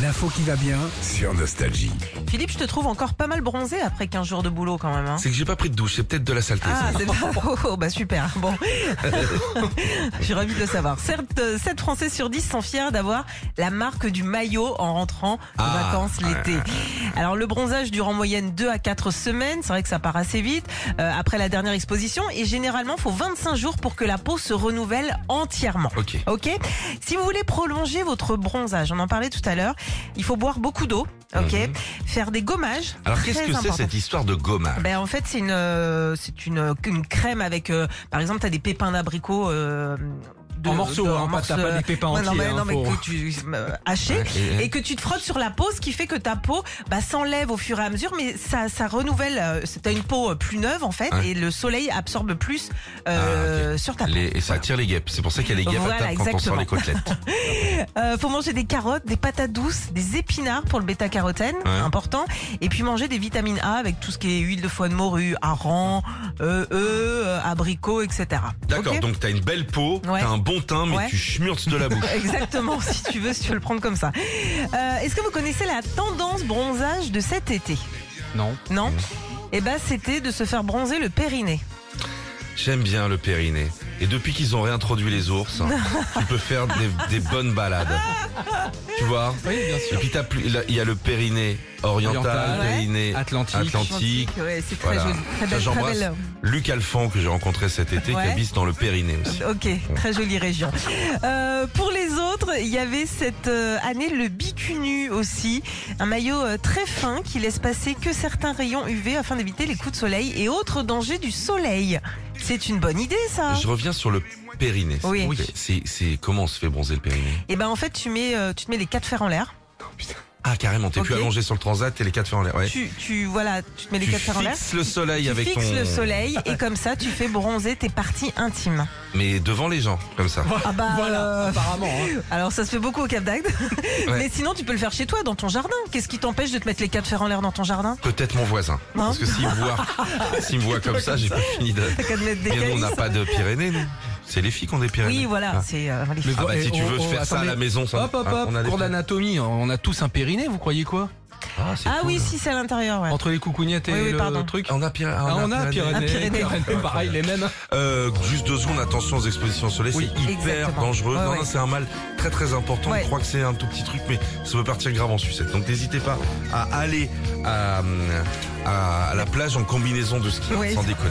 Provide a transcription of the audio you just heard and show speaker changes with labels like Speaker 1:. Speaker 1: L'info qui va bien sur Nostalgie.
Speaker 2: Philippe, je te trouve encore pas mal bronzé après 15 jours de boulot quand même. hein.
Speaker 3: C'est que j'ai pas pris de douche, c'est peut-être de la saleté.
Speaker 2: Ah, c'est pas... Oh, oh, bah super. Bon, je suis ravie de le savoir. Certes, 7 Français sur 10 sont fiers d'avoir la marque du maillot en rentrant de
Speaker 3: Ah.
Speaker 2: vacances l'été. Alors le bronzage dure en moyenne 2 à 4 semaines, c'est vrai que ça part assez vite, euh, après la dernière exposition, et généralement faut 25 jours pour que la peau se renouvelle entièrement.
Speaker 3: Ok.
Speaker 2: Ok. Si vous voulez prolonger votre bronzage, on en parlait tout à l'heure, il faut boire beaucoup d'eau. Ok.
Speaker 3: Mhm.
Speaker 2: Faire des gommages.
Speaker 3: Alors
Speaker 2: très
Speaker 3: qu'est-ce que c'est
Speaker 2: important.
Speaker 3: cette histoire de gommage
Speaker 2: Ben en fait c'est une euh, c'est une, une crème avec euh, par exemple t'as des pépins d'abricot euh, de-
Speaker 4: en morceaux,
Speaker 2: de-
Speaker 4: hein, pas- t'as
Speaker 2: morceaux,
Speaker 4: pas
Speaker 2: euh,
Speaker 4: des pépins
Speaker 2: ouais,
Speaker 4: entiers.
Speaker 2: non mais,
Speaker 4: hein,
Speaker 2: non, mais
Speaker 4: faut-
Speaker 2: que tu euh, hachés
Speaker 3: Ouais, hein, et-
Speaker 2: et que tu te frottes sur la peau, ce qui fait que ta peau bah, s'enlève au fur et à mesure, mais ça, ça renouvelle. euh, c'est- T'as une peau euh, plus neuve en fait,
Speaker 3: Ouais.
Speaker 2: et le soleil absorbe plus euh,
Speaker 4: Ah,
Speaker 2: sur ta peau.
Speaker 3: les- et ça attire les guêpes. C'est pour ça qu'il y a les guêpes
Speaker 2: Voilà,
Speaker 3: à table quand on
Speaker 2: exactement.
Speaker 3: sort les côtelettes.
Speaker 2: Euh, faut manger des carottes, des patates douces, des épinards pour le bêta-carotène,
Speaker 3: Ouais.
Speaker 2: important, et puis manger des vitamines A avec tout ce qui est huile de foie de morue, hareng, euh, œufs, euh, abricots, etc.
Speaker 3: D'accord,
Speaker 2: Ok
Speaker 3: donc t'as une belle peau,
Speaker 2: Ouais.
Speaker 3: t'as un bon teint, mais
Speaker 2: Ouais.
Speaker 3: tu schmurtes de la bouche.
Speaker 2: Exactement, si tu veux, si tu veux le prendre comme ça. Euh, Est-ce que vous connaissez la tendance bronzage de cet été
Speaker 4: Non.
Speaker 2: Non
Speaker 3: Mmh.
Speaker 2: Eh ben, c'était de se faire bronzer le périnée.
Speaker 3: J'aime bien le périnée. Et depuis qu'ils ont réintroduit les ours, hein, tu peux faire des, des bonnes balades. Tu vois
Speaker 4: Oui, bien sûr.
Speaker 3: Et puis t'as plus- là, il y a le périnée oriental,
Speaker 4: Oriental,
Speaker 2: ouais.
Speaker 3: périnée
Speaker 4: Atlantique.
Speaker 3: atlantique.
Speaker 2: ouais, c'est très
Speaker 3: voilà.
Speaker 2: joli. Très belle,
Speaker 3: Tiens,
Speaker 2: très
Speaker 3: j'embrasse
Speaker 2: belle.
Speaker 3: Luc Alphand que j'ai rencontré cet été
Speaker 2: Ouais.
Speaker 3: qui habite dans le périnée aussi.
Speaker 2: Ok, très jolie région. Euh, pour les autres, il y avait cette euh, année le bicunu aussi, un maillot euh, très fin qui laisse passer que certains rayons UV afin d'éviter les coups de soleil et autres dangers du soleil. C'est une bonne idée ça.
Speaker 3: Je reviens sur le périnée.
Speaker 2: Ah. Oui.
Speaker 3: C'est- C'est c'est- comment on se fait bronzer le périnée
Speaker 2: Et ben en fait, tu mets euh, tu te mets les quatre fers en l'air.
Speaker 3: Ah carrément, t'es plus
Speaker 2: Ok.
Speaker 3: allongé sur le transat et les quatre fers en l'air. Ouais.
Speaker 2: Tu tu voilà, tu te mets les
Speaker 3: Tu
Speaker 2: quatre fers en l'air.
Speaker 3: fixes le soleil
Speaker 2: Tu
Speaker 3: avec
Speaker 2: fixes
Speaker 3: ton
Speaker 2: le soleil et comme ça tu fais bronzer tes parties intimes.
Speaker 3: mais devant les gens comme ça.
Speaker 2: Ah bah
Speaker 4: Voilà,
Speaker 2: euh,
Speaker 4: apparemment. hein.
Speaker 2: Alors ça se fait beaucoup au Cap d'Agde. Mais sinon tu peux le faire chez toi, dans ton jardin. Qu'est-ce qui t'empêche de te mettre les quatre fers en l'air dans ton jardin
Speaker 3: Peut-être mon voisin
Speaker 2: Non.
Speaker 3: parce que s'il me voit s'il me voit comme ça, j'ai pas fini de
Speaker 2: T'as qu'à te mettre des
Speaker 3: Mais nous, on n'a
Speaker 2: calices.
Speaker 3: pas de Pyrénées, nous. C'est les filles qui ont des Pyrénées.
Speaker 2: Oui, voilà,
Speaker 3: Ah.
Speaker 2: c'est euh, les-
Speaker 4: Mais
Speaker 3: Ah bah,
Speaker 4: eh,
Speaker 3: si tu
Speaker 4: oh,
Speaker 3: veux
Speaker 4: oh,
Speaker 3: faire ça à
Speaker 4: attendez.
Speaker 3: la maison, ça.
Speaker 4: Hop, hop,
Speaker 3: hein,
Speaker 4: hop,
Speaker 3: on a des
Speaker 4: cours
Speaker 3: Pyrénées.
Speaker 4: d'anatomie, hein. on a tous un périnée, vous croyez quoi
Speaker 3: Ah, c'est
Speaker 2: Ah
Speaker 3: cool.
Speaker 2: oui, si c'est à l'intérieur, ouais.
Speaker 4: Entre les coucougnettes et
Speaker 2: Oui, oui,
Speaker 4: le
Speaker 2: pardon.
Speaker 4: truc
Speaker 3: On a Pyrénées.
Speaker 4: Ah, on a un Pyrénées.
Speaker 2: Un Pyrénées.
Speaker 4: Pyrénées, pareil, les mêmes.
Speaker 3: Euh, juste deux secondes, attention aux expositions au soleil,
Speaker 4: Oui,
Speaker 3: c'est hyper
Speaker 2: exactement.
Speaker 3: dangereux.
Speaker 2: Ouais,
Speaker 3: non,
Speaker 2: ouais.
Speaker 3: non, c'est un mal très très important.
Speaker 2: Ouais.
Speaker 3: Je crois que c'est un tout petit truc, mais ça peut partir grave en sucette. Donc n'hésitez pas à aller à, à- à la plage en combinaison de ski, hein,
Speaker 2: Ouais.
Speaker 3: sans déconner.